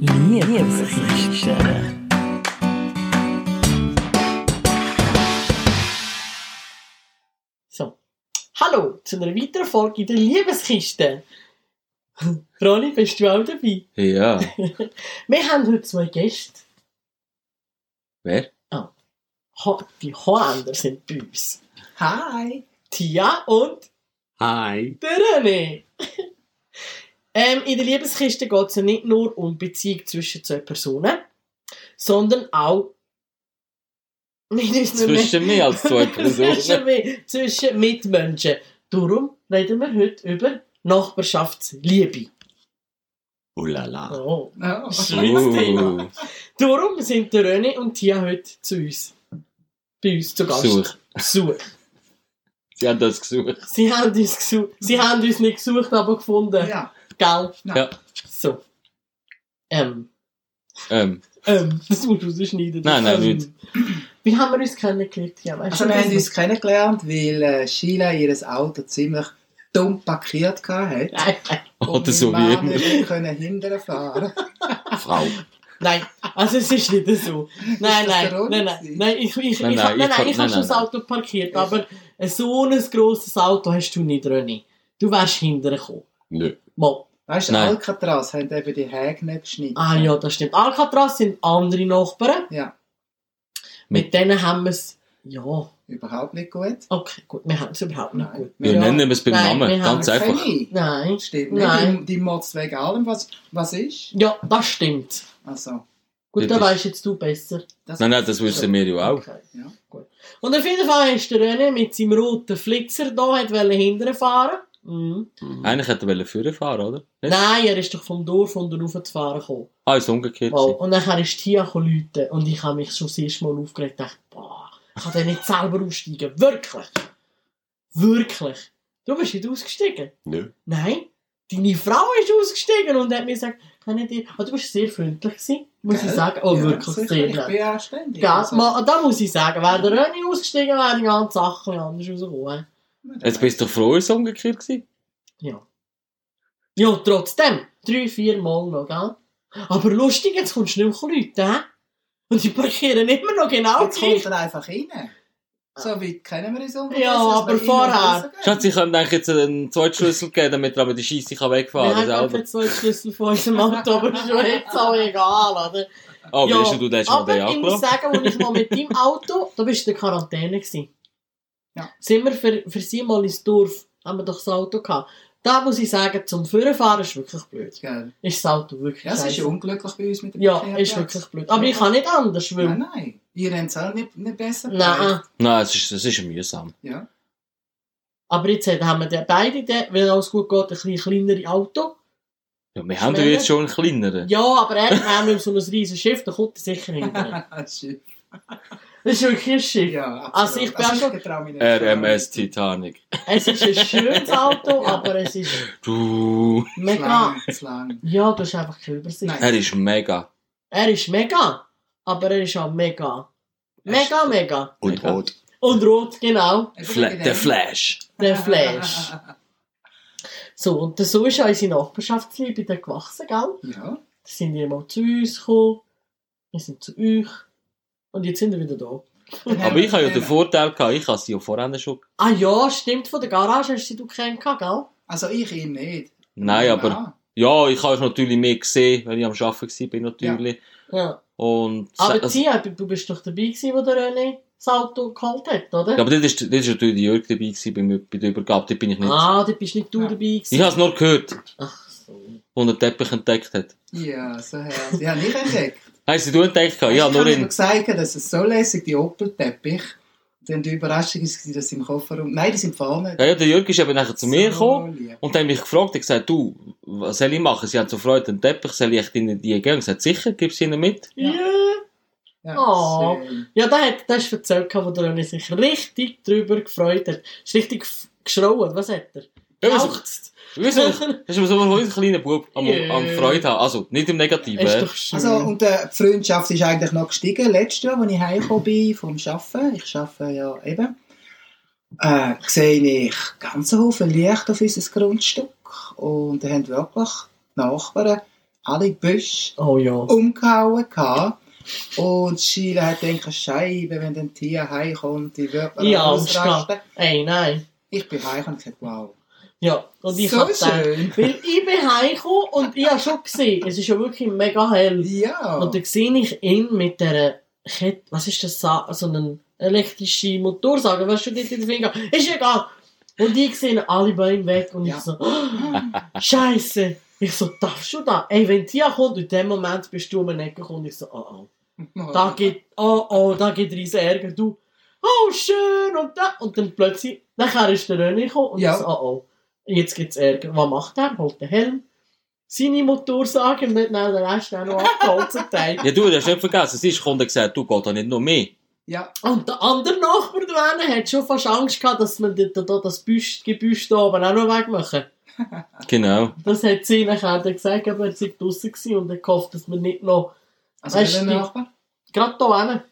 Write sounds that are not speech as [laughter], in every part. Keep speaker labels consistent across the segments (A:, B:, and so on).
A: gibt's es nicht. Äh. So. Hallo zu einer weiteren Folge der Liebeskiste. Ronny, bist du auch dabei? [laughs]
B: Ja.
A: Wir haben heute zwei Gäste.
B: Wer?
A: Ho- Die Holländer sind bei uns.
C: Hi!
A: Tia und
B: Hi.
A: Der René. ähm, in der Liebeskiste geht es ja nicht nur um Beziehung zwischen zwei Personen, sondern auch mit unseren
B: Zwischen mir als zwei
A: [laughs]
B: Personen.
A: zwischen, mi- zwischen Mitmenschen. Darum reden wir heute über Nachbarschaftsliebe.
B: Ulala.
A: Oh.
C: Oh,
A: Schönes
B: Uh,
A: Darum sind der René und Tia heute zu uns. Bei uns zu Gast.
B: Besuch.
A: Besuch.
B: Sie haben das gesucht.
A: Sie haben uns gesucht. Sie haben uns nicht gesucht, aber gefunden.
C: Ja,
A: Gell?
C: Nein.
B: Ja.
A: So. Ähm.
B: Ähm,
A: Ähm, das musst du rausschneiden.
B: Nein, nein,
A: ähm,
B: nicht.
A: Wie haben wir uns kennengelernt? Ja, weißt
C: also
A: du
C: wir
A: das
C: haben
A: noch?
C: uns kennengelernt, weil äh, Sheila ihr Auto ziemlich dumm parkiert hatte.
A: [laughs] Nein, nein,
B: oder so wie
C: immer.
B: immer.
C: Wir können hindern fahren.
B: Frau.
A: nein, also es ist nicht so. Nein,
C: das
A: nein,
C: der Grund
A: nein, nein,
C: gewesen?
A: nein, ich, ich, ich,
B: Nein,
A: ich,
B: nein,
A: hab- nein,
B: ich
A: nein,
B: kann-
A: ich habe
B: nein,
A: schon das
B: nein,
A: Auto parkiert, aber so ein grosses Auto hast du nicht, René. Du wärst hinterher gekommen.
B: Nö.
A: Mal.
C: Weißt du,
B: Nein.
C: Alcatraz haben eben die Häkne geschnitten.
A: Ah ja, das stimmt. Alcatraz sind andere Nachbarn.
C: Ja,
A: Mit denen haben wir es... Ja,
C: überhaupt nicht gut.
A: okay, gut, wir haben es überhaupt nicht gut.
B: Wir nennen es beim
A: Nein, wir
B: Namen.
A: haben
B: Ganz
A: es
B: einfach.
C: Nein.
A: Nein.
C: Stimmt
A: Nein.
C: nicht. Die, die motzt wegen allem, was, was ist.
A: Ja, das stimmt.
C: Also,
A: Gut,
B: Das
A: dann
B: ist-
A: weißt jetzt du besser.
C: das
B: Nein, nein, das wissen wir ja auch.
A: Okay.
C: Ja.
A: Gut. Und auf jeden Fall ist der René mit seinem roten Flitzer da, hat wollte hinterher fahren.
C: Mm.
A: Mhm.
B: Eigentlich hätte er führen fahren, oder? Nicht?
A: Nein, er ist doch vom Dorf unten raufgefahren gekommen.
B: Ah, ist umgekehrt.
A: Mal.
B: gewesen.
A: Und dann ist Tia Leute und ich habe mich schon das erste Mal aufgeregt und dachte, boah, kann der nicht selber aussteigen? Wirklich? Wirklich? Du bist nicht ausgestiegen?
B: Nö.
A: Nein? Deine Frau ist ausgestiegen und hat mir gesagt, kann ich dir... Oh, du warst sehr freundlich, gewesen, muss ich
C: Gell?
A: sagen. Oh,
C: Ja,
A: wirklich
C: sicher,
A: sehr
C: Ich
A: nett.
C: bin anständig.
A: Ja,
C: also.
A: ma, da muss ich sagen, wäre der Röni ausgestiegen, wäre die ganze Sache ein bisschen anders rausgekommen.
B: Jetzt bist du froh, ist es umgekehrt gewesen?
A: Ja. Ja, trotzdem. Drei, vier Mal noch, gell? Aber lustig, jetzt kommst du nicht mehr Leute, hä? Und die parkieren immer noch genau
C: Jetzt kommt
A: gleich.
C: er einfach rein. So weit kennen wir uns unterdessen.
A: Ja,
C: dass
A: aber
C: wir rein und
A: vorher.
C: rausgehen.
B: Schatz, ich könnte eigentlich jetzt einen Zweitschlüssel geben, damit er aber die Scheisse kann
A: Wir
B: wegfahren
A: haben
B: kann.
A: gerade
B: selber.
A: jetzt zwei Schlüssel von unserem Auto, aber ist ja jetzt auch egal, oder?
B: Ah, wie
A: Ja,
B: hast du letztes Mal
A: Aber
B: den
A: ich muss
B: angelassen?
A: sagen, als ich mal mit deinem Auto, da bist du in der Quarantäne gewesen.
C: Ja.
A: Sind wir für, für sie mal ins Dorf, haben wir doch das Auto gehabt. Da muss ich sagen, zum Führenfahren ist wirklich blöd.
C: Gell.
A: Ist das Auto wirklich
C: Ja, es ist
A: scheisse.
C: ja unglücklich bei uns mit dem
A: Ja,
C: Verkehrsplatz.
A: ist wirklich blöd. Aber ich kann nicht anders, weil...
C: Nein, nein. Ihr habt es auch nicht, nicht besser
A: Nein.
B: Nein, es ist, es ist mühsam.
C: Ja.
A: Aber jetzt haben wir die beide, die, wenn alles gut geht, ein bisschen kleinere Auto.
B: Ja, wir haben ja jetzt schon einen kleineren.
A: Ja, aber er hat nämlich so ein riesiges Schiff, da kommt er sicher hinterher.
C: Shit.
A: [laughs] Das ist wirklich ein Schiff.
C: ja, absolut.
A: Also ich bin auch schon-
C: getraue mich nicht.
B: RMS Titanic.
A: Es ist ein schönes Auto, aber es ist
B: Du.
C: Zu
A: mega...
C: lang, zu lang.
A: Ja, du hast einfach keine Übersicht.
C: Nein.
B: Er ist mega.
A: Er ist mega, aber er ist auch mega. Mega, mega.
B: Und rot.
A: Und rot, genau,
B: Fla der Flash.
A: [laughs] der Flash. So, und so ist unsere Nachbarschaftsliebe dann gewachsen, gell?
C: [laughs] Ja,
A: Da sind die mal zu uns gekommen, wir sind zu euch und jetzt sind wir wieder da.
B: Aber ich habe ja den Vorteil gehabt, ich habe sie ja vorher schon.
A: [laughs] Ah ja, stimmt, von der Garage hast du sie du kennengelernt, gell?
C: Also ich ihn nicht.
B: Nein, aber
C: Ah,
B: Nou ja, ich habe euch natürlich mehr gesehen, wenn ich am Arbeiten war, bin natürlich.
A: Ja.
B: Und also,
A: Aber
B: das-
A: Tia, du bist doch dabei gewesen, wo der René das Auto geholt hat, oder?
B: ja, aber das ist, das ist natürlich der Jörg dabei gewesen, bei, mir- bei der Übergabe, da bin ich nicht.
A: ah, da bist nicht du
C: Ja.
A: dabei gewesen.
B: Ich habe es nur gehört,
A: Ach so.
B: wo er den Teppich entdeckt hat.
C: ja, so herrlich. Ja, nicht
B: [laughs]
C: entdeckt.
B: Hast du entdeckt? gehabt? Ich habe nur
C: Ich habe
B: ihn.
C: gesagt, dass es so lässig, die Opel-Teppich. Dann die Überraschung war, dass sie im Kofferraum... Nein, die sind vorne.
B: Ja, ja, der Jörg ist eben nachher zu mir gekommen.
C: So lieb.
B: Und dann mich gefragt, ich gesagt, du, was soll ich machen? Sie haben so Freude an den Teppich, soll ich ihnen die geben? Ich gesagt, sicher, gib sie ihnen mit.
A: Ja.
C: Ja.
A: Ja,
C: Ja,
A: Oh.
C: schön.
A: ja da hat das ist erzählt, gehabt, wo der René sich richtig drüber gefreut hat. Ist richtig f- geschrauen, was hat er?
B: Ja, was-
A: Jauchzt.
B: Weißt du, das ist mir so, wie ein kleiner Bub am,
A: Nou, Ja.
B: am Freude haben. Also, nicht im
A: [laughs]
B: Negativen.
A: Ist
B: äh.
A: doch schön.
C: Also, und äh, die Freundschaft ist eigentlich noch gestiegen. Letztes Jahr, als ich heimgekommen bin vom Arbeiten, ich arbeite ja eben, äh, sehe ich ganz Haufen Licht auf unser Grundstück. Und da haben wirklich die Nachbarn alle Büsche
A: Oh ja.
C: umgehauen. gehabt. Und Sheila hat gedacht, Scheibe, wenn ein Tier heimkommt, die wird
A: Ich Angst Ey, nein.
C: Ich bin heimgekommen und gesagt, wow.
A: Ja, und ich
C: so
A: hab gedacht, [laughs]
C: schön.
A: weil ich bin heimgekommen und ich habe schon gesehen, es ist ja wirklich mega hell.
C: Ja.
A: Und
C: [laughs]
A: dann sehe ich ihn mit dieser Kette, was ist das, Sa- so eine elektrische Motorsäge, weißt du, die in den Finger ist egal. Und ich sehe ihn alle Beine weg und
C: Ja.
A: ich so, [gasps] Scheiße. Ich so, darfst du da? Ey, wenn die kommt, in dem Moment bist du um den Ecke gekommen. Ich so, oh, oh. Da geht, oh, oh, da geht riesen Ärger. Du, oh, schön. Und, da, und dann plötzlich, nachher ist der René gekommen und
C: Ja.
A: ich so, oh, oh. Jetzt gibt's Ärger. Was macht er? Holt den Helm, seine Motorsäge und dann den Rest auch noch abgeholt zum Teil.
C: [laughs]
B: Ja, du, das hast nicht vergessen. Sie ist Kunde gesagt, du gehst da nicht nur mehr.
C: Ja.
A: Und der andere Nachbar da hinten hat schon fast Angst gehabt, dass man dort- da das Büsch- Gebüsch da oben auch noch wegmachen.
B: Genau.
A: Das hat sie nachher dann gesagt, aber er sei draussen gewesen und hat gehofft, dass man nicht noch
C: Also,
A: Weißt
C: welcher
A: du-
C: Nachbar?
A: gerade da hinten.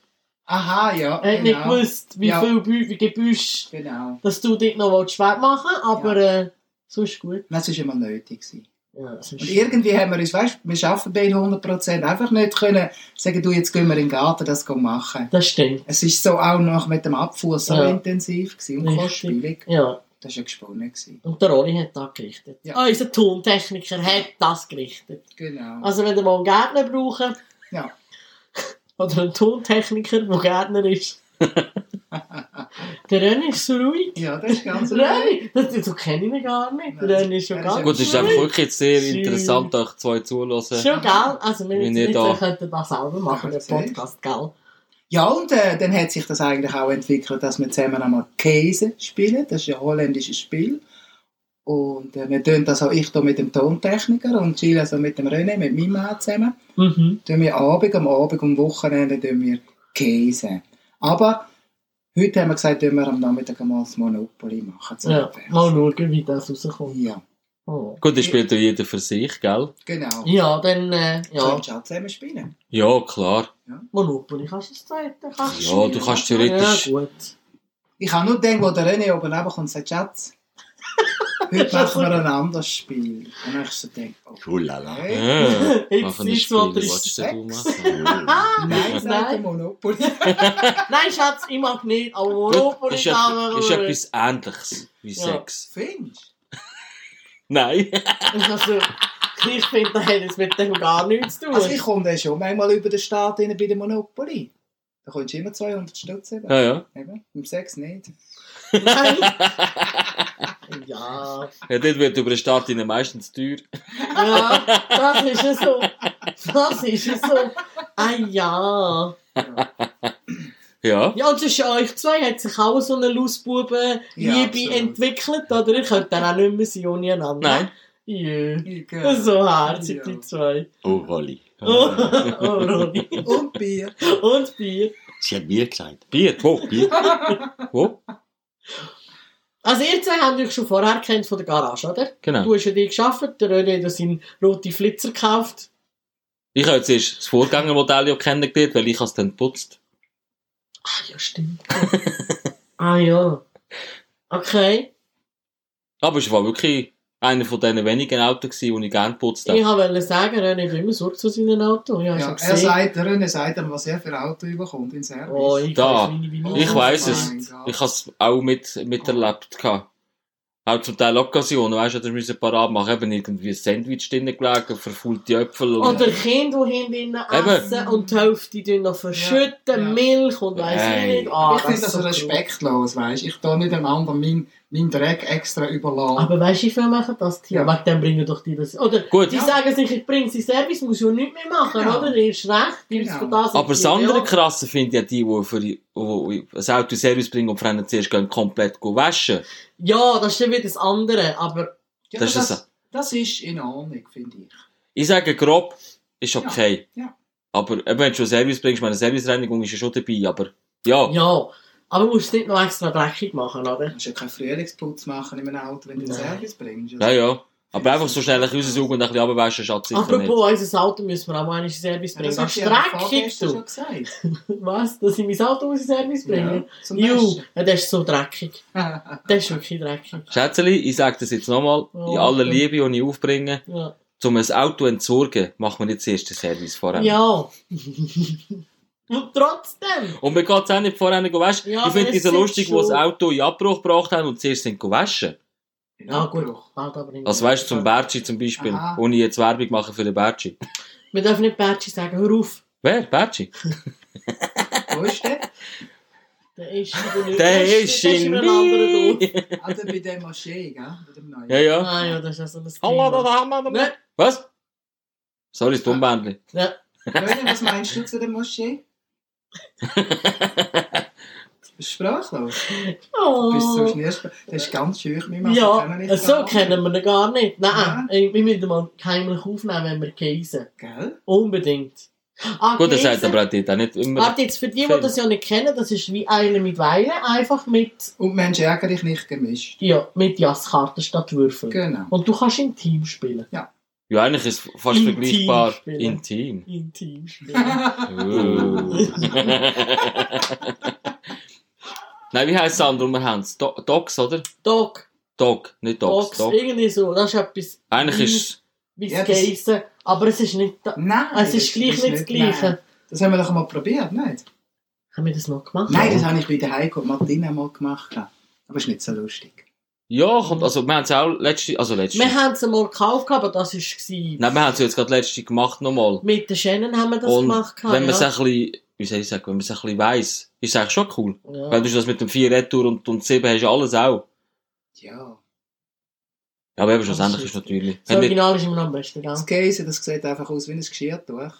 C: Aha, ja.
A: Er hat Äh, nicht
C: Genau.
A: gewusst, wie
C: Ja.
A: viel Bü wie Gebüsch,
C: genau.
A: dass du dort noch willst schwer machen willst, aber äh, sonst gut.
C: Nein, Das war immer nötig. Gewesen.
A: Ja, sonst
C: Und irgendwie haben wir uns, weißt du, wir arbeiten bei 100%, einfach nicht können sagen, du, jetzt gehen wir in den Garten das gehen machen.
A: das stimmt.
C: Es ist so auch noch mit dem Abfuhr so
A: Ja.
C: intensiv gewesen und
A: Richtig.
C: kostspielig.
A: Ja,
C: Das war ja gesponnen. Gewesen.
A: und der Oli hat das gerichtet. Ah,
C: Ja.
A: Unser Tontechniker hat das gerichtet.
C: Genau.
A: Also wenn ihr mal einen Gärtner brauchen
C: Ja.
A: [laughs] oder einen Tontechniker, der Gärtner
C: [laughs]
A: ist. der René ist so ruhig.
C: ja, das
A: [laughs]
C: ist ganz
A: René,
C: okay.
A: das, so kenne ich ihn gar nicht.
C: Nein.
A: Der René ist schon
C: Er ist
A: ganz
B: Gut, es ist einfach wirklich jetzt sehr
A: Sie-
B: interessant, euch zwei zulassen.
A: Schon, gell? Also wir
B: Wie
A: jetzt
B: nicht
A: nicht
B: da.
A: so könnten das selber machen,
C: Ja,
A: den Podcast, gell?
C: Ja, und äh, dann hat sich das eigentlich auch entwickelt, dass wir zusammen einmal Käse spielen. Das ist ja ein holländisches Spiel. Und äh, wir tun das auch ich hier mit dem Tontechniker und Chile so mit dem René, mit meinem Mann zusammen.
A: Mhm.
C: tun wir Abend, am Abend und Wochenende tun wir Käse. Aber heute haben wir gesagt, tun wir am Nachmittag mal das Monopoly machen. zum
A: Ja,
C: Beispiel.
A: mal schauen, wie das rauskommt.
C: ja,
A: Oh.
B: Gut, das spielt ja jeder für sich, gell?
C: genau.
A: Ja, dann, äh,
C: Ja.
A: ja,
C: Kannst du auch zusammen spielen.
B: Ja, klar.
A: Monopoly kannst du es zweite, kannst
B: Ja, du kannst theoretisch-
A: Ja, gut.
C: Ich habe nur gedacht, wo der René oben runterkommt und sagt,
A: [laughs]
C: Schatz, heute machen wir ein anderes Spiel. Und dann habe ich so gedacht, oh,
D: Schulala.
C: hey,
A: [laughs]
B: Ja. Was
A: Jetzt
B: für ein
A: ist
B: Spiel
A: so
B: willst
A: trist.
B: du
C: Sex.
B: machen?
C: nein, sagt der
A: Nein.
C: Monopoly.
A: [laughs] Nein, Schatz, ich mag nicht, aber
B: Gut,
A: Monopoly
B: ist,
A: kann
B: ja-
A: man
B: ist
A: ruhig.
B: etwas Ähnliches wie
A: Ja.
B: Sex.
C: Findest
B: Nein.
A: Also, ich finde, das hat jetzt mit dem gar nichts zu
C: du?
A: tun.
C: Also ich komme dann schon manchmal über den Staat rein bei dem Monopoly. Da kommst du immer 200 Stutz eben.
B: [laughs] Ja, ja.
C: eben. Im Sex nicht.
A: Nein. ja,
B: ja dort wird über den Start in meistens teuer.
A: ja, das ist es so. Das ist es so. Ah ja.
C: Ja.
B: Ja.
A: Ja, und zwischen euch zwei hat sich auch so eine Lausbubenliebe
C: Ja,
A: liebe
C: absolut.
A: entwickelt, oder? Ihr könnt dann auch nicht mehr sein ohne einander.
B: Nein.
A: Ja.
C: Ja.
A: Das ist [laughs] so herzig,
C: Ja.
A: die zwei.
D: Oh, Holly.
A: Oh, oh Ronny.
C: Und Bier.
A: Und Bier.
D: Sie hat mir gesagt.
B: Bier, wo? Bier. wo?
A: Also ihr zwei habt euch schon vorher kennt von der Garage, oder?
B: Genau.
A: Du hast ja die geschafft, der René hat seinen roten Flitzer gekauft.
B: Ich habe jetzt erst das Vorgängermodell ja kennengelernt, weil ich habe es dann geputzt.
A: Ah ja,
B: [laughs]
A: stimmt. ah ja. Okay.
B: Aber es war wirklich einer von diesen wenigen Autos, gewesen, die ich gerne geputzt habe.
A: Ich wollte sagen, René ist immer Sorge zu seinem Auto. Ja,
C: Ja,
A: ja,
C: er
A: gesehen.
C: sagt, der René sagt ihm, was er für Auto überkommt in Service.
A: Oh, ich
B: Da.
A: weiß nicht, wie
C: Oh
A: meine-
B: Ich weiß
C: mein
B: es.
C: Gott.
B: Ich habe es auch mit, miterlebt. gehabt. Auch zum Teil Occasionen, weißt du, da müssen wir parat machen. Eben irgendwie ein Sandwich drinnen gelegen, verfaulte Äpfel. Und
A: Oder Kinder, die hinten essen
C: Eben.
A: und die Hälfte dann noch verschütten,
C: Ja, ja.
A: Milch und weiss ich
B: Ey.
A: nicht. Ah,
C: ich finde das
A: ist
C: so
A: so
C: respektlos, weißt Ich tue nicht dem anderen meinen mein Dreck extra
A: cool.
C: überladen.
A: Aber weißt du, wie viel machen das Tier?
C: Ja.
A: Wegen dem bringen doch die das. Oder
B: Gut.
A: die
C: Ja.
A: sagen sich, ich bringe sie Service, muss ja nichts mehr machen,
C: Genau.
A: oder? Ihr ist recht, weil es
C: Genau.
A: von das
B: Aber das
A: sind die,
B: andere
A: ja.
B: Krasse finde ich die, die für die, die ein Auto in Service bringen und vorher zuerst gehen, komplett waschen.
A: Ja, das ist dann wieder das andere, aber
C: Ja,
B: das
C: aber
B: ist
C: das, das ist in Ordnung, finde ich.
B: Ich sage grob, ist okay.
C: Ja, ja.
B: Aber eben, wenn du schon Service bringst, meine Servicereinigung ist ja schon dabei, aber ja.
A: ja. Aber du musst es nicht noch extra dreckig machen,
C: Du
A: oder?
C: musst ja keinen Frühlingsputz machen in einem Auto, wenn du den
A: Nein.
C: Service bringst.
B: Ja, ja. Aber einfach so schnell ein bisschen raussaugen und ein bisschen runterwaschen, schaut sicher nicht.
A: Apropos, unser Auto müssen wir auch mal in den Service bringen.
C: das
A: Das
C: hast
A: ist
C: du ja
A: dreckig,
C: vorgestern
A: du.
C: schon gesagt.
A: Was? Dass ich Ah, mein Auto in den Service
C: Ja,
A: bringe?
C: zum
A: Ju,
C: Beispiel.
A: ja, das ist so dreckig.
C: [laughs]
A: Das ist wirklich dreckig.
B: Schätzeli, ich sage das jetzt nochmal, in
A: Oh,
B: aller
A: okay.
B: Liebe, die ich aufbringe,
A: Ja.
B: um ein Auto entsorgen, macht man nicht zuerst den Service voran.
A: Ja. [laughs] Und trotzdem.
B: Und man geht es auch nicht voran waschen.
A: Ja,
B: ich finde
A: aber
B: es
A: es
B: so
A: sind
B: lustig, wo das
A: schon-
B: Abbruch gebracht haben und zuerst sind gewaschen.
A: Ja, gut. Halt aber nicht.
B: Also weißt du, zum Bertschi zum Beispiel,
C: Aha.
B: ohne jetzt Werbung machen für den Bertschi.
A: Wir dürfen nicht Bertschi sagen. Hör auf.
B: Wer? Bertschi?
C: Wo ist der?
A: Der ist in der
B: Der ist in
A: anderen
B: mir.
C: Also bei der Moschee, gell? Bei dem neuen.
B: Ja,
A: Dorf.
B: ja.
A: Ah ja, das ist ja so ein
B: Hallo, da,
A: Thema. Ne?
B: da, da, da, da.
A: Nein.
B: Was? Sorry, das
A: Ah.
B: Dummbändli.
A: Ja.
C: Leute, was meinst du zu
A: [laughs]
C: der Moschee? Du bist sprachlos. Du bist so
A: Oh.
C: schnell sprachlos. Das ist ganz schön, wie man
A: Ja, so kennen wir ihn gar nicht. Nein, äh,
C: Nein.
A: wir müssen ihn mal heimlich aufnehmen, wenn wir käsen.
C: Gell?
A: Unbedingt. Ah,
B: Gut, das sagt
A: Käse.
B: aber auch dort auch nicht immer.
A: Warte, jetzt für die, die
B: Film.
A: das ja nicht kennen, das ist wie Eile mit Weile, einfach mit,
C: Und Mensch, ärgere dich nicht gemischt.
A: ja, mit Jasskarten statt Würfeln.
C: Genau.
A: Und du kannst im Team spielen.
B: Ja, eigentlich ist es fast
A: Intim
B: vergleichbar.
A: spielen. [laughs]
B: Intim.
A: Im Team spielen.
B: [laughs] Oh. Nein, Nou, wie heisst das andere, wir haben es? Dogs, oder?
A: [laughs] Dog,
B: Dog, nicht Dogs.
A: Dogs,
B: Dog.
A: irgendwie so. Das ist etwas
B: Eigentlich ist
A: wie
C: Ja,
A: ja,
C: das-
A: Geissen, aber es ist nicht, da-
C: Nein.
A: es ist gleich
C: dus
A: nicht das Gleiche.
C: Nein. Das haben wir doch mal probiert, nicht?
A: Haben wir das mal gemacht?
C: Nein, das habe ich bei der Heiko und Martina mal gemacht. Aber ist nicht so lustig.
B: Ja, kommt, also wir haben es auch letzte. oh, Also Nou, letzte.
A: Wir haben es mal gekauft, aber das war... gewesen-
B: Nein, wir haben es jetzt gerade letzte gemacht nochmal.
A: Mit den Shannon haben wir das
B: Und
A: gemacht.
B: wenn man es
A: ja.
B: ein bisschen, wie soll ich sagen, wenn man es ein bisschen weiss, ist es eigentlich schon cool.
A: Ja.
B: Weil du hast das mit dem 4 Retour und, und 7 hast du alles auch.
C: Ja.
B: Ja, aber eben schlussendlich ist
A: Oh, Shit.
B: natürlich.
A: Das
B: Wenn nicht,
A: Original ist immer noch am besten, gell?
C: Das Käse, das sieht einfach aus wie ein Geschirrtuch,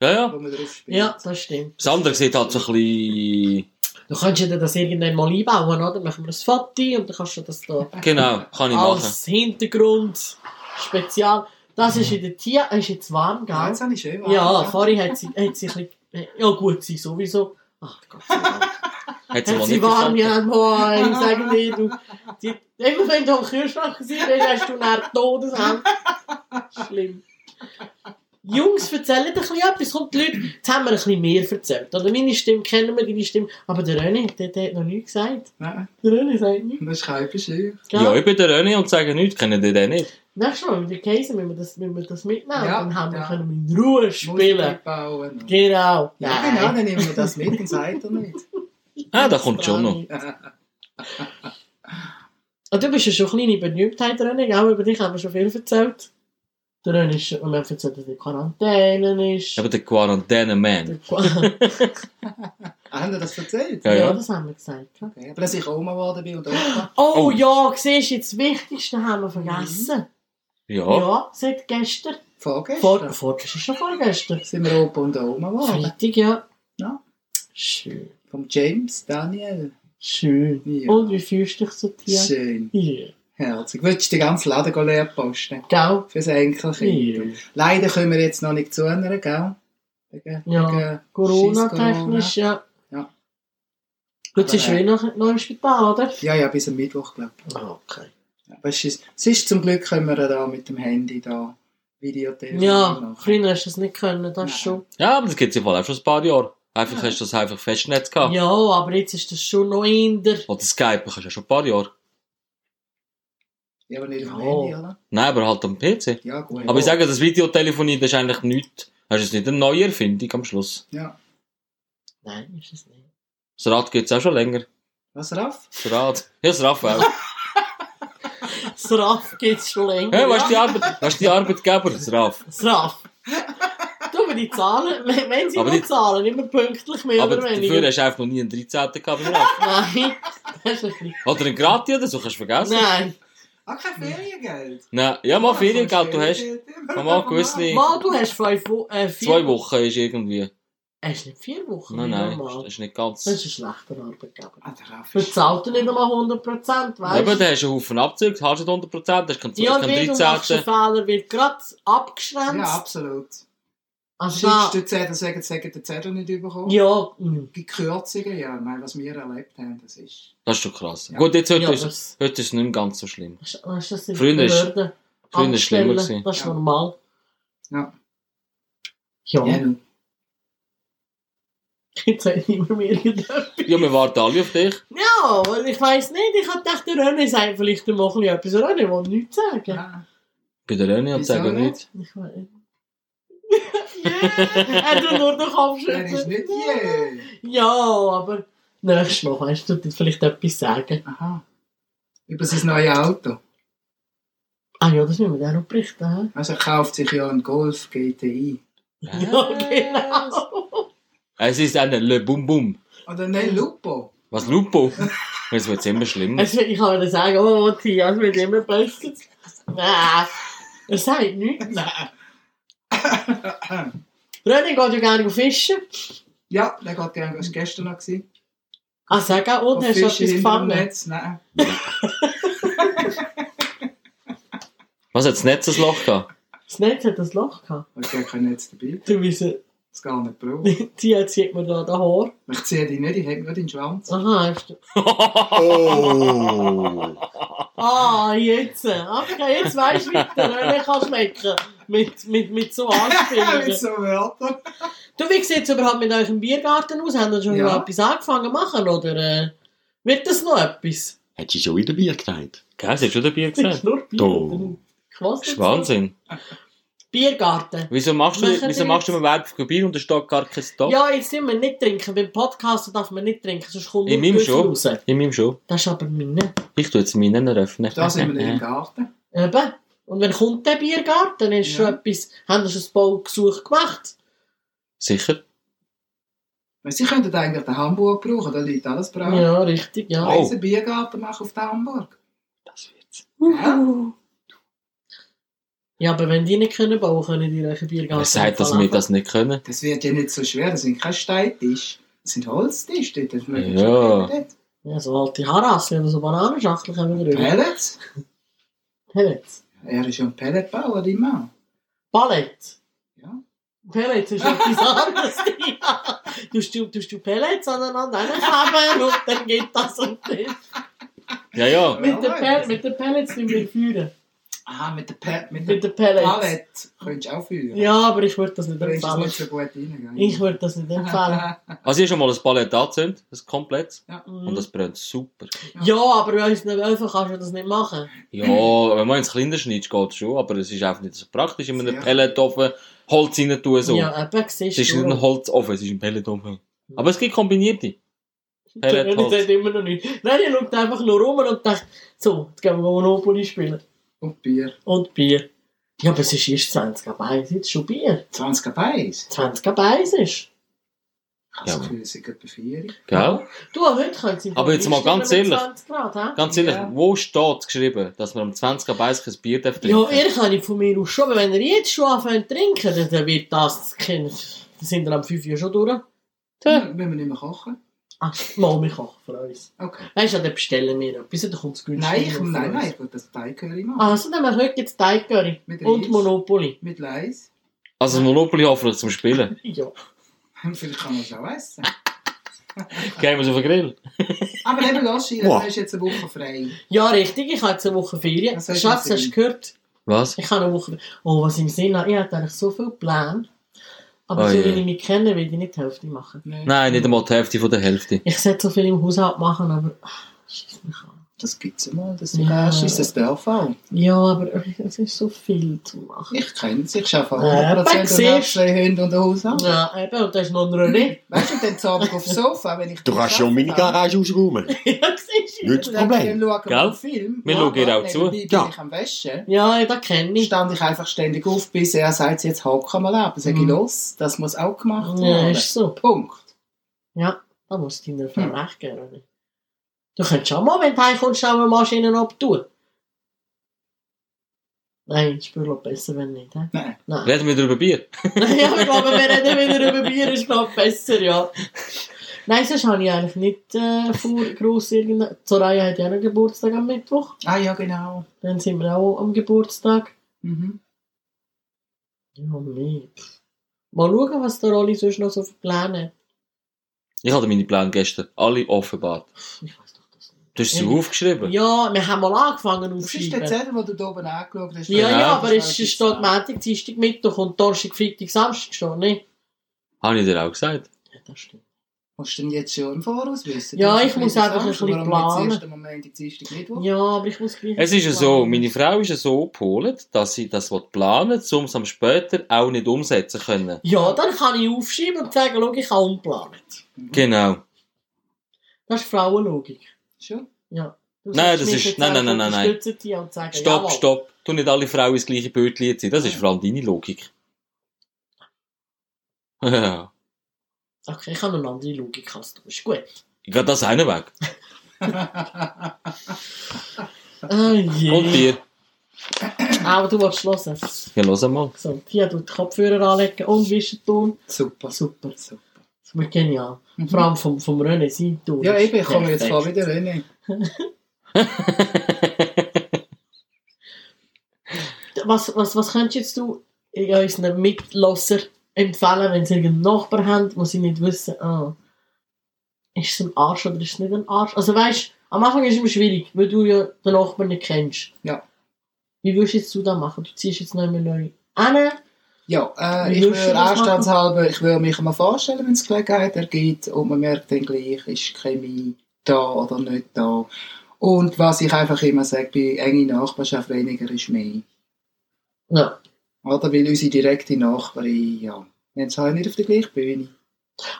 B: ja, ja.
C: wo man drauf spielt.
A: Ja, das stimmt.
B: Das andere sieht halt so ein bisschen,
A: Du kannst dir das irgendwann mal einbauen, oder? Machen wir ein Foto und dann kannst du das da
B: genau, kann ich machen.
A: als Hintergrund spezial. Das
B: Mhm.
A: ist in der Tier, ist jetzt warm,
C: Ja,
A: gell?
C: das habe ich schön gemacht.
A: Ja, vorhin hat sie, hat sie ein bisschen, ja gut, sie sowieso. Ach Gott sei Dank.
B: Hat sie
A: Hat
B: wohl
A: sie
B: nicht
A: warm,
B: gesagt. [laughs]
A: ja, moin, sag dir, du. Die, immer wenn du am Kühlschrank siehst, hast du nach Todeshand. Schlimm. Jungs, erzählen ein bisschen etwas. Kommt, die Leute, jetzt haben wir ein bisschen mehr erzählt. Oder meine Stimme kennen wir, deine Stimme. Aber der René, der, der hat noch nichts gesagt.
C: Nein,
A: Der René sagt nichts.
C: das ist kein Beschirr.
A: gell?
B: Ja, ich bin der René und sage nichts, kennen die den nicht.
A: Nächstes Mal, wenn wir Käse, müssen wir das, müssen wir das mitnehmen.
C: Ja,
A: dann haben wir,
C: ja.
A: können wir in Ruhe spielen.
C: Musik bauen. und-
A: Genau.
C: Ja, genau, dann nehmen wir das mit und sagt er nicht.
B: Ah, da kommt schon noch.
A: [laughs] Und du bist ja schon eine kleine Berühmtheit, René. Auch über dich haben wir schon viel erzählt. Der René ist, und wir haben erzählt, dass er in Quarantäne ist.
B: Aber der Quarantäne-Man.
A: Der Qua-
C: Haben wir das
B: [laughs]
C: erzählt?
B: Ja,
A: ja,
B: ja.
A: das haben wir gesagt. ja.
C: Okay, aber dass ich Oma geworden bin und Opa.
A: Oh,
B: Oh.
A: ja, siehst du, jetzt das Wichtigste haben wir vergessen.
B: Ja.
A: Ja, seit gestern.
C: Vorgestern
A: Vor, vorgestern ist schon vorgestern.
C: sind wir Opa und Oma geworden.
A: Freitag, Oh, ja.
C: Ja.
A: Schön.
C: Vom James, Daniel.
A: Schön.
C: Ja.
A: Und wie fühlst du dich so, Tia?
C: Schön.
A: Ja.
C: Herzig. Willst du den ganzen Laden go leer posten?
A: Gell?
C: Fürs Enkelkind.
A: Ja.
C: Leider können wir jetzt noch nicht zu einer, gell? Wegen-
A: Ja.
C: wegen
A: Corona-technisch, ja.
C: Ja.
A: Gut, sie ist
C: Aber, äh,
A: wie noch, noch im Spital, oder?
C: Scheisscorona. Ja, ja, bis am Mittwoch, glaube ich.
A: Ah, okay.
C: Aber es ist, es ist zum Glück können wir da mit dem Handy da Videotelefonie
A: Ja,
C: machen.
A: früher hast du das nicht können, das
C: Nein.
A: ist schon.
B: Ja, aber das gibt es ja wohl auch schon ein paar Jahre. Einfach
C: Ja.
B: hast du das einfach Festnetz
A: Ja.
B: gehabt.
A: aber jetzt ist das schon noch eher.
B: Oder Skype, kannst du ja schon ein paar Jahre.
C: Ja, aber nicht am
A: Ja.
C: Handy, oder?
B: Nein, aber halt am PC.
C: Ja, gut.
B: Aber ich sage, das Videotelefonie, dus das ist eigentlich nichts. Das ist nicht eine neue Erfindung am Schluss.
C: Ja.
A: Nein, ist es nicht.
B: Das Rad gibt es auch schon länger.
C: Was, Raff?
B: Das Rad. Ja, das Rad auch.
A: Das Raff geht es schon länger.
B: Hey, was
A: ja.
B: ist die, Arbeit, was ist die Arbeitgeber? Das Raf.
A: Das Raff. du, aber die Zahlen, wenn wenn sie
B: Aber
A: noch
B: die-
A: zahlen, immer pünktlich mehr
B: Aber
A: oder
B: dafür
A: weniger.
B: hast du einfach noch nie einen 13. gehabt beim Raf.
A: Nein, das ist ein bisschen.
B: Oder einen Gratis oder so, kannst du vergessen.
A: Nein.
C: Ah, kein Feriengeld.
B: Nein. Ja, mal Feriengeld, du hast. Mal gewisse.
A: Mal, du hast fünf Wo äh, vier
B: Zwei Wochen ist irgendwie.
A: Hast nicht vier Wochen?
B: Nein,
A: wie
B: nein,
A: normal?
B: ist- ist nicht
A: Das ist
B: ganz.
A: ein schlechter Arbeitgeber.
C: Ah, der Raff ist...
A: Verzahlt er nicht einmal 100%, weißt du?
B: Eben, da hast du einen Haufen Abzüge, hast du nicht 100%, hast keinen
A: Ja, nee,
B: keinen
A: du machst einen
B: 13.
A: Fehler, wird gerade
C: Ja,
A: abgeschwänzt.
C: absolut.
A: Also
C: Schickst
A: da,
C: du den Zettel, sagen, sagen den Zettel nicht bekommen?
A: ja, mm. mh.
C: Die Kürzungen, ja, ich meine, was wir erlebt haben, das ist...
B: Das ist schon krass.
C: Ja.
B: Gut, jetzt heute,
A: ja,
B: ist,
A: das,
B: heute ist es nicht mehr ganz so schlimm.
A: das, das, das sind
B: Früher ist-
A: Behörden,
B: früher ist es schlimmer
A: Amtsstellen,
B: gewesen.
A: Das ist
C: Ja.
A: normal.
C: Ja.
A: Ja, [laughs]
C: Ja, nun.
A: jetzt hat niemand mehr gedacht.
B: Ja, wir warten alle auf dich.
A: Ja, weil ich weiss nicht, ich hab gedacht, der René sagt vielleicht mal ein bisschen etwas. René will nichts sagen.
C: Ah,
B: Bei der René und
C: Wieso
B: sagen nicht.
A: Ich weiß nicht. [laughs] yeah! Er tut nur den Kopf
C: Er ist
A: schütteln.
C: nicht je.
A: Ja, aber nächstes Mal kannst du dir vielleicht etwas sagen.
C: Aha. Über sein neues Auto.
A: Ah ja, das müssen wir dann noch berichten. hä?
C: Also er kauft sich ja einen Golf GTI.
A: Ja, genau.
B: Es ist eine Le Bum Bum.
C: Oder nein, Oh, Lupo.
A: [laughs]
B: Was Lupo? Es wird immer schlimmer.
A: Es, wird- Also, ich kann dir sagen, oh, oh, Tia, es wird immer besser. Nein, er sagt nichts.
C: Nein.
A: René geht ja gerne fischen.
C: Ja, der geht gerne, das war gestern noch. gewesen.
A: Ah, sag auch, und hast du
C: Fische
A: etwas
C: hinterm
A: gefangen?
C: Netz. Nein.
B: Was hat das Netz ein Loch gehabt?
A: Das Netz hat ein Loch gehabt.
C: Ich habe kein Netz dabei.
A: Du weißt,
C: Das gar
A: [laughs]
C: nicht brauchen.
A: Tia zieht mir da den Haar.
C: Ich ziehe dich nicht, ich habe nur deinen Schwanz.
A: Aha, hast du. Ah, jetzt. Okay, jetzt weißt du weiter, René kann schmecken. Mit, mit, mit so
C: Mit
A: [laughs] Anspielungen.
C: so Wörtern.
A: du, wie sieht es überhaupt mit euch im Biergarten aus? Habt ihr schon
C: Ja.
A: mal etwas angefangen zu machen? Oder äh, wird das noch etwas?
D: Hat sie schon wieder Bier gesagt?
B: Gell, sie hat schon dabei
A: Das ist
B: gesagt.
A: nur
D: Da.
A: Bier. Was
B: Das ist Wahnsinn.
A: Biergarten.
B: Wieso machst du,
A: Machen
B: wieso
A: wir
B: machst du
A: jetzt-
B: mir Werbung für Bier und da steht gar kein Stop?
A: Ja, jetzt dürfen wir nicht trinken. Beim Podcast darf man nicht trinken, sonst kommt
B: In
A: nur
B: meinem
A: Güssel
B: schon.
A: raus.
B: In meinem schon.
A: Das ist aber ne? meine.
B: Ich tue jetzt meinen eröffnen.
C: Da sind
B: [laughs]
C: wir nicht im Garten.
A: Eben. Und wenn kommt der Biergarten, ist
C: Ja.
A: schon etwas, haben wir schon ein Baugesuch gemacht?
B: Sicher?
C: Weil Sie könnten eigentlich den Hamburg brauchen, da liegt alles brav. Ja.
A: Ja, richtig, ja.
B: Oh.
C: Einen Biergarten machen auf den Hamburg.
B: Das wird's.
A: Ja, aber wenn die nicht können bauen, können die euren Biergarten
B: Wer sagt, dass wir
A: nicht
B: das nicht können?
C: Das wird ja nicht so schwer, das sind keine Steintische. Das sind Holztische, dort. das mögen
B: Ja.
C: schon Leute dort.
A: verlangen. Ja, so alte Harassen oder so Bananenschachteln können wir drüber.
C: Pellets.
A: Pellets.
C: Er ist ja ein Pelletbauer, die Mann.
A: Pallets.
C: Ja.
A: Pellets ist etwas anderes. ja. du, du, du, du Pellets aneinander kleben und dann geht das und das.
B: Ja, ja.
A: Mit den, Pel mit den Pellets nicht mehr führen.
C: Ah, mit der, Pe mit der
A: Mit den Pellets.
C: Palette könntest du auch führen.
A: Ja, aber ich würde das nicht
C: Da ist es
A: empfehlen.
C: nicht so gut rein.
A: Ich würde das nicht empfehlen.
C: [laughs]
B: Also, ich schon mal ein Palett angezündet, das komplett. Und
A: Mhm.
B: das brennt super.
A: Mm. Ja, aber bei uns in den Wölfen kannst du das nicht machen.
B: Ja, wenn man ins Kleiner schneidet, geht schon, aber es ist einfach nicht so praktisch. In einem
C: Ja.
B: Pelletofen Holz rein tun, so.
A: Ja, eben,
B: Es
A: siehst
B: ist nicht
A: du. [laughs]
B: ein Holzofen, es ist ein Pelletofen. Aber es gibt kombinierte.
A: Der René
B: Pelletholz.
A: sagt immer noch nichts. Nein, ich schaut einfach nur rum und denkt, so, jetzt gehen wir Monopoly spielen.
C: Und Bier.
A: Und Bier. Ja, aber es ist erst 20 ab 1, jetzt schon Bier.
C: 20 ab 1.
A: 20 ab 1 ist.
C: Ich habe das
B: Ja.
C: Gefühl, es sind etwa 4.
B: Gell?
A: Du, aber heute können sie
B: Aber jetzt mal ganz ehrlich.
A: 20 Grad, hä?
B: Ganz ehrlich,
C: Ja.
B: wo steht geschrieben, dass man am 20 ab 1 kein Bier darf trinken
A: Ja, ihr könnt von mir aus schon, aber wenn ihr jetzt schon anfängt zu trinken, dann- dann wird das, dann sind wir am 5 Uhr schon durch.
B: Ja.
C: Müssen wir nicht mehr kochen?
A: Ah, mal, wir kochen für uns.
C: Okay.
A: Weißt du, dann bestellen wir etwas, dann kommt es günstig.
C: Nein, ich, nein, nein, ich will das Teiggehörig machen.
A: Also, dann machen wir heute jetzt Teig Curry
C: Mit
A: und
C: Reis.
A: Monopoly.
C: Mit Leis. [laughs]
B: Also, das Monopoly hoffentlich zum Spielen.
A: Ja.
C: Vielleicht kann man es auch essen.
B: Gehen wir es auf den Grill.
C: Aber eben, lass Sheila,
D: Wow.
C: du hast jetzt eine Woche frei.
A: Ja, richtig, ich habe jetzt eine Woche Ferien.
C: Was hast du
A: Schatz,
C: im
A: hast du
C: Sinn?
A: gehört?
B: Was?
A: Ich habe eine Woche Oh, was ich im Sinn habe, ich hatte eigentlich so viele Pläne. Aber
B: Oh
A: so
B: je.
A: wie ich mich kenne, will ich nicht die Hälfte machen.
B: Nein, nicht einmal die Hälfte von der Hälfte.
A: Ich sollte so viel im Haushalt machen, aber... Scheiss mich an.
C: Das gibt es mal, das
A: Ja.
C: ist das darf auch.
A: Ja, aber es ist so viel zu machen.
C: Ich kenne es, ich arbeite
A: Ja,
C: 100% und
A: aber
C: habe zwei Hunde und ein Haus an.
A: Ja, eben, und da ist noch ein René.
C: Weißt du, dann zahle ich aufs Sofa, wenn ich
D: Du kannst schon meine Garage ausräumen.
A: [laughs] ja, siehst du?
D: Nicht das Problem.
C: Dann schauen
B: Gell?
C: wir einen Film.
B: Wir schauen ihr auch zu.
C: Nebenbei bin
D: Ja.
C: ich am Wäschen.
A: Ja, das kenne ich.
C: stand ich einfach ständig auf, bis er sagt, jetzt hock mal ab. Dann sage ich,
A: Mhm.
C: los, das muss auch gemacht
A: Ja,
C: werden.
A: ist so.
C: Punkt.
A: Da musst du deiner Frau recht geben, René. Du könntest auch mal, wenn du heimkommst, auch eine Maschine abtun. Nein, ich spüre besser, wenn nicht. He?
C: Nein.
A: Nein.
B: Reden wir darüber Bier.
A: [laughs] ja, ich glaube, wir reden wieder über Bier, ist glaube besser, ja. Nein, sonst habe ich eigentlich nicht äh, vor, gross irgendeine... Soraya hat ja noch Geburtstag am Mittwoch.
C: Ah ja, genau.
A: Dann sind wir auch am Geburtstag.
C: Mhm.
A: Ja, nee. pff. Mal schauen, was der Rolli sonst noch so für Pläne hat.
B: Ich hatte meine Pläne gestern alle offenbart.
A: Ich weiß doch das nicht.
B: Du hast sie
A: Ja.
B: aufgeschrieben.
A: Ja, wir haben mal angefangen
C: Das ist der
A: aufschreiben.
C: Zettel, den du da oben angeschaut hast.
A: Ja, ja,
B: Ja,
A: aber es ist- steht Montag, Dienstag, Mittwoch und Donnerstag, Freitag, Samstag schon, ne?
B: Habe ich dir auch gesagt.
A: Ja, das stimmt.
C: Musst du denn jetzt schon im Voraus wissen?
A: Ja,
C: Das
A: ich
C: ist
A: muss
C: bisschen
A: einfach ein
C: Angst,
A: bisschen
C: Warum
A: planen.
C: jetzt erst am Moment die Dienstag Mittwoch?
A: Ja, aber ich muss gleich.
B: Es ist ja so, meine Frau ist ja so gepolt, dass sie das will planen will, um es am später auch nicht umsetzen können.
A: Ja, dann kann ich aufschreiben und sagen, schau, ich habe umgeplant.
B: Genau.
A: Das ist Frauenlogik.
C: Schon?
A: Ja. Du
B: Nein,
A: sollst
B: das
A: mich
B: ist-
A: jetzt
B: nein, nein,
A: einfach
B: nein, nein, nein.
A: unterstützen die Und sagen,
B: Stopp,
A: jawohl.
B: stopp. Tu nicht alle Frauen ins gleiche Bötchen ziehen. Das ist vor allem deine [laughs] Logik. Ja.
A: Okay, ich habe eine andere Logik als du. Ist gut.
B: Ich gehe das einen weg.
A: Ah, je.
B: Und dir.
A: Aber du willst hören.
B: Ja, los einmal.
A: So, Tia tut die Kopfhörer anlegen und wischen tun.
C: Super, super, super.
A: Das wird genial.
C: Mhm.
A: Vor allem vom, vom Rennen sein tun.
C: Ja, eben, ich komme jetzt voll
A: Perfekt.
C: wieder rein.
A: Was, was, was könntest jetzt du unseren Mitlasser empfehlen, wenn sie irgendeinen Nachbar haben, wo sie nicht wissen, ah, ist es ein Arsch oder ist es nicht ein Arsch? Also weißt am Anfang ist es immer schwierig, weil du ja den Nachbarn nicht kennst.
C: Ja.
A: Wie würdest jetzt du das machen? Du ziehst jetzt nicht mehr neu an.
C: Ja, äh,
A: Wie
C: ich
A: würdest du das
C: würde
A: machen?
C: anstandshalber, ich würde mich mal vorstellen, wenn es Gelegenheit ergibt und man merkt dann gleich, ist die Chemie da oder nicht da. Und was ich einfach immer sage, bei enger Nachbarschaft weniger ist mehr.
A: Ja.
C: Oder weil unsere direkte Nachbarin, ja, wir sind halt nicht auf der gleichen Bühne.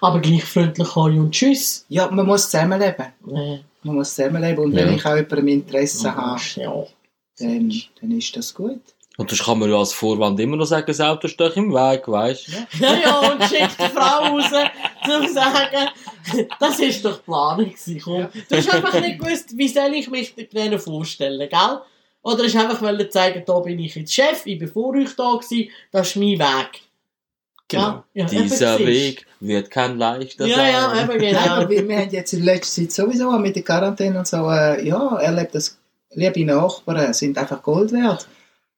A: Aber gleich freundlich Hallo und Tschüss. Äh,
C: Ja, man muss zusammenleben.
A: Nee.
C: Man muss zusammenleben und
B: Ja.
C: wenn ich auch jemandem Interesse habe,
A: Ja.
C: dann, dann ist das gut.
B: Und das kann man ja als Vorwand immer noch sagen, das Auto ist doch im Weg, weißt du?
A: Ja, ja, und schickt die Frau raus, um zu sagen, das ist doch die Planung. gewesen, Komm. Du hast einfach nicht gewusst, wie soll ich mich denen vorstellen, gell? Oder hast einfach wollen zeigen, da bin ich jetzt Chef, ich bin vor euch da gewesen, das ist mein Weg.
B: Genau.
A: [laughs] Ja, ja,
B: Dieser
A: eben,
B: Weg wird kein leichter
A: Ja,
B: sein.
A: ja, eben
C: Nein,
A: genau.
C: aber wir, wir haben jetzt in letzter Zeit sowieso auch mit der Quarantäne und so, äh, ja, erlebt das, liebe Nachbarn sind einfach Gold wert.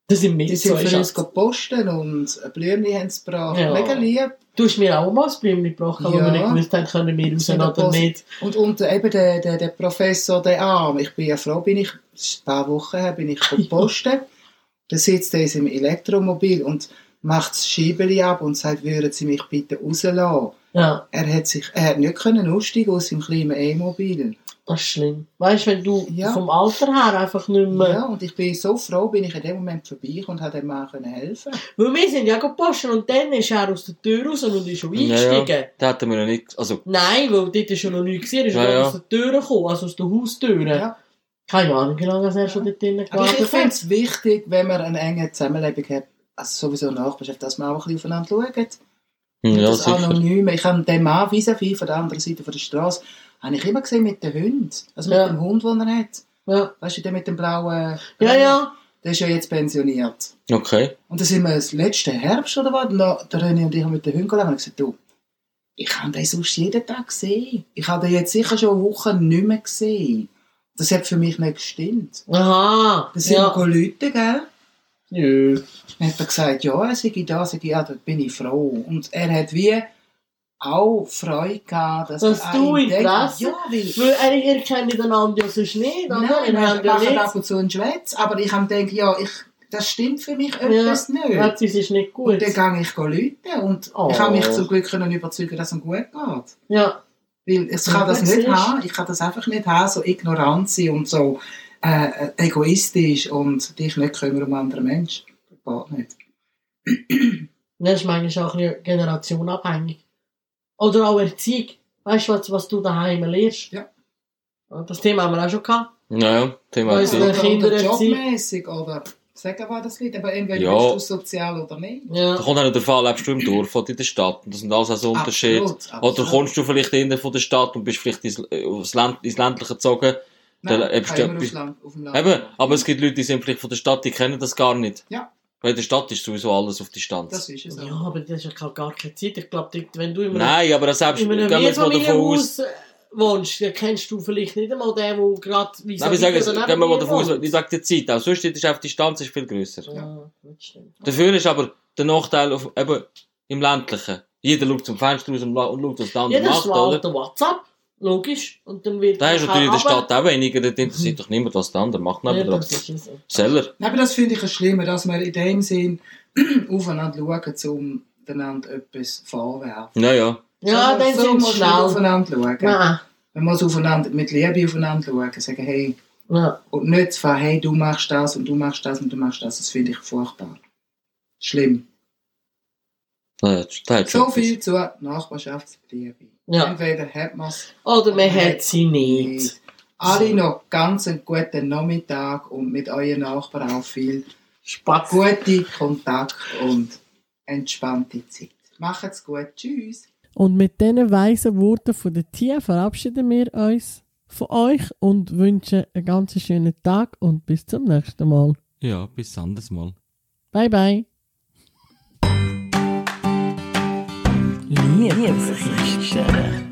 A: Das sind mit
C: Die sind
A: so
C: für uns
A: Schatz.
C: gepostet und Blümchen haben sie gebracht.
A: Ja.
C: Mega lieb.
A: Du hast mir auch mal das Blümchen gebracht, wo
C: Ja.
A: wir nicht gewusst haben, können wir raus
C: sind
A: oder
C: Post-
A: nicht.
C: Und, und eben der, der, der Professor, der Arm, ich bin ja froh, bin ich, es ist ein paar Wochen
A: [laughs]
C: her bin ich gepostet. Da sitzt er in seinem Elektromobil und macht das Schiebeli ab und sagt, würden Sie mich bitte rauslassen.
A: Ja,
C: Er hat sich, er hat nicht können aussteigen aus seinem kleinen E-Mobil.
A: das ist schlimm. Weißt du, wenn du
C: Ja.
A: vom Alter her einfach nicht mehr...
C: Ja, und ich bin so froh, bin ich in dem Moment vorbei und habe dem Mann können helfen.
A: Weil wir sind ja gepostet und dann ist er aus der Tür raus und ist schon
B: Ja,
A: eingestiegen.
B: Da hatten wir noch nicht. Also,
A: Nein, weil dort ist ja noch nichts gesehen, er ist
B: Ja,
A: ja,
B: ja.
A: aus der Tür gekommen, also aus der Haustür.
C: Ja.
A: Keine Ahnung, wie lange er schon dort drinnen
C: Aber ich, ich
A: gewartet
C: finde
A: hat.
C: es wichtig, wenn man eine enge Zusammenlebung hat, also sowieso Nachbarschaft, dass man auch ein bisschen aufeinander schaut.
B: ja,
C: das
B: sicher.
C: Anonyme. Ich habe den Mann vis-à-vis von der anderen Seite von der Straße, habe ich immer gesehen mit den Hunden. Also mit
A: Ja.
C: dem Hund, den er hat.
A: Ja.
C: Weißt du, der mit dem blauen...
A: ja, ja.
C: Der ist ja jetzt pensioniert.
B: Okay.
C: Und dann sind wir das letzte Herbst oder was, noch, der René und ich haben mit den Hunden gelaufen und ich gesagt, du, ich habe den sonst jeden Tag gesehen. Ich habe den jetzt sicher schon Wochen nicht mehr gesehen. Das hat für mich nicht gestimmt.
A: Aha.
C: Dann sind
A: ja.
C: wir Leute, gell?
A: Nö.
C: Dann hat er gesagt, ja, er sei da, sei ja, da bin ich froh. Und er hat wie auch Freude gehabt, dass,
A: Dass
C: er
A: du
C: einen denkt.
A: Interesse-
C: Ja, weil...
A: Weil äh, er, ihr kennt den anderen ja sonst nicht, oder?
C: Nein,
A: Ihr
C: wir
A: habt ja
C: machen ab
A: nicht.
C: und zu einen Schwätz, aber ich habe gedacht, ja, ich, das stimmt für mich etwas nicht.
A: Etwas ist nicht gut.
C: Und dann gehe ich läuten und
A: Oh.
C: ich habe mich zum Glück können überzeugen, dass es ihm gut geht. Weil
A: Ja.
C: es
A: Ja,
C: kann das
A: das ist-
C: nicht haben, ich kann das einfach nicht haben, so ignorant sein und so äh, äh, egoistisch und dich nicht kümmern um andere Menschen. Das geht nicht.
A: Das ist manchmal auch ein bisschen generationabhängig. Oder auch Erziehung. Weißt du, was, was du daheim lehrst?
C: Ja.
A: Das Thema haben wir auch schon gehabt.
B: Naja, Thema
A: Weiss
B: Erziehung.
A: nicht. Kinder
C: oder
A: erziehen.
C: Also, jobmäßig oder sagen wir das nicht, aber entweder
B: Ja.
C: bist du sozial oder nicht.
B: Da
A: Ja.
B: kommt auch noch der Fall, lebst du im Dorf oder in der Stadt. Und das sind alles auch so Unterschiede.
C: Absolut,
B: Oder
C: absolut.
B: kommst du vielleicht eher von der Stadt und bist vielleicht ins, äh, aufs Land, ins Ländliche gezogen.
C: Nein,
B: dann
C: ich
B: lebst
C: kann
B: du
C: immer
B: etwas-
C: aufs Land- auf dem Land.
B: Eben, aber es gibt Leute, die sind vielleicht von der Stadt, die kennen das gar nicht.
C: Ja.
B: Weil in der Stadt ist sowieso alles auf Distanz.
C: Das ist es.
A: ja,
C: auch.
A: aber das ist ja gar- gar keine Zeit. Ich glaube, wenn du immer
B: Nein, aber selbst,
A: In
B: gehen
A: einem
B: wir jetzt mal davon
A: Mehrfamilienhaus
B: aus,
A: äh, wohnst, dann kennst du vielleicht nicht einmal den, der gerade wie
B: nein, wir sagen, es- gehen wir mal davon aus, ich sage die Zeit, auch sonst ist auf Distanz ist viel grösser.
A: Ja, das stimmt.
B: Dafür ist aber der Nachteil auf, eben, im Ländlichen. Jeder schaut zum Fenster raus und la- und schaut, was der andere
A: Jeder
B: macht, oder?
A: schlägt den WhatsApp, logisch. Und dann wird
B: Da ist
A: er
B: natürlich in der
A: runter.
B: Stadt auch weniger, dort interessiert doch niemand, was der andere macht.
A: Ja,
B: neben dran.
A: das ist es.
B: Seller.
C: Nein, Aber das finde ich schlimmer, dass wir in [clears throat] dem Sinn aufeinander schauen, um einander etwas vorwerfen.
B: Naja,
A: Ja, dann
C: so
A: sind sie
C: muss man
A: schnell.
C: aufeinander schauen.
A: Nein.
C: Man muss aufeinander, mit Liebe aufeinander schauen. Sagen, hey,
A: Ja.
C: und nicht von, hey, du machst das und du machst das und du machst das. Das finde ich furchtbar. Schlimm.
B: Ja, Äh, das hat schon
C: So viel zur Nachbarschaftsliebe.
A: ja.
C: Entweder hat man es,
A: Oder man hat sie nicht.
C: alle noch ganz einen guten Nachmittag und mit euren Nachbarn auch viel
A: Spatz.
C: gute Kontakt und entspannte Zeit. Macht's gut. Tschüss.
E: Und mit diesen weisen Worten von der Tia verabschieden wir uns von euch und wünschen einen ganz schönen Tag und bis zum nächsten Mal.
F: Ja, bis anderes Mal.
E: Bye bye.
G: Liebesgeschichten.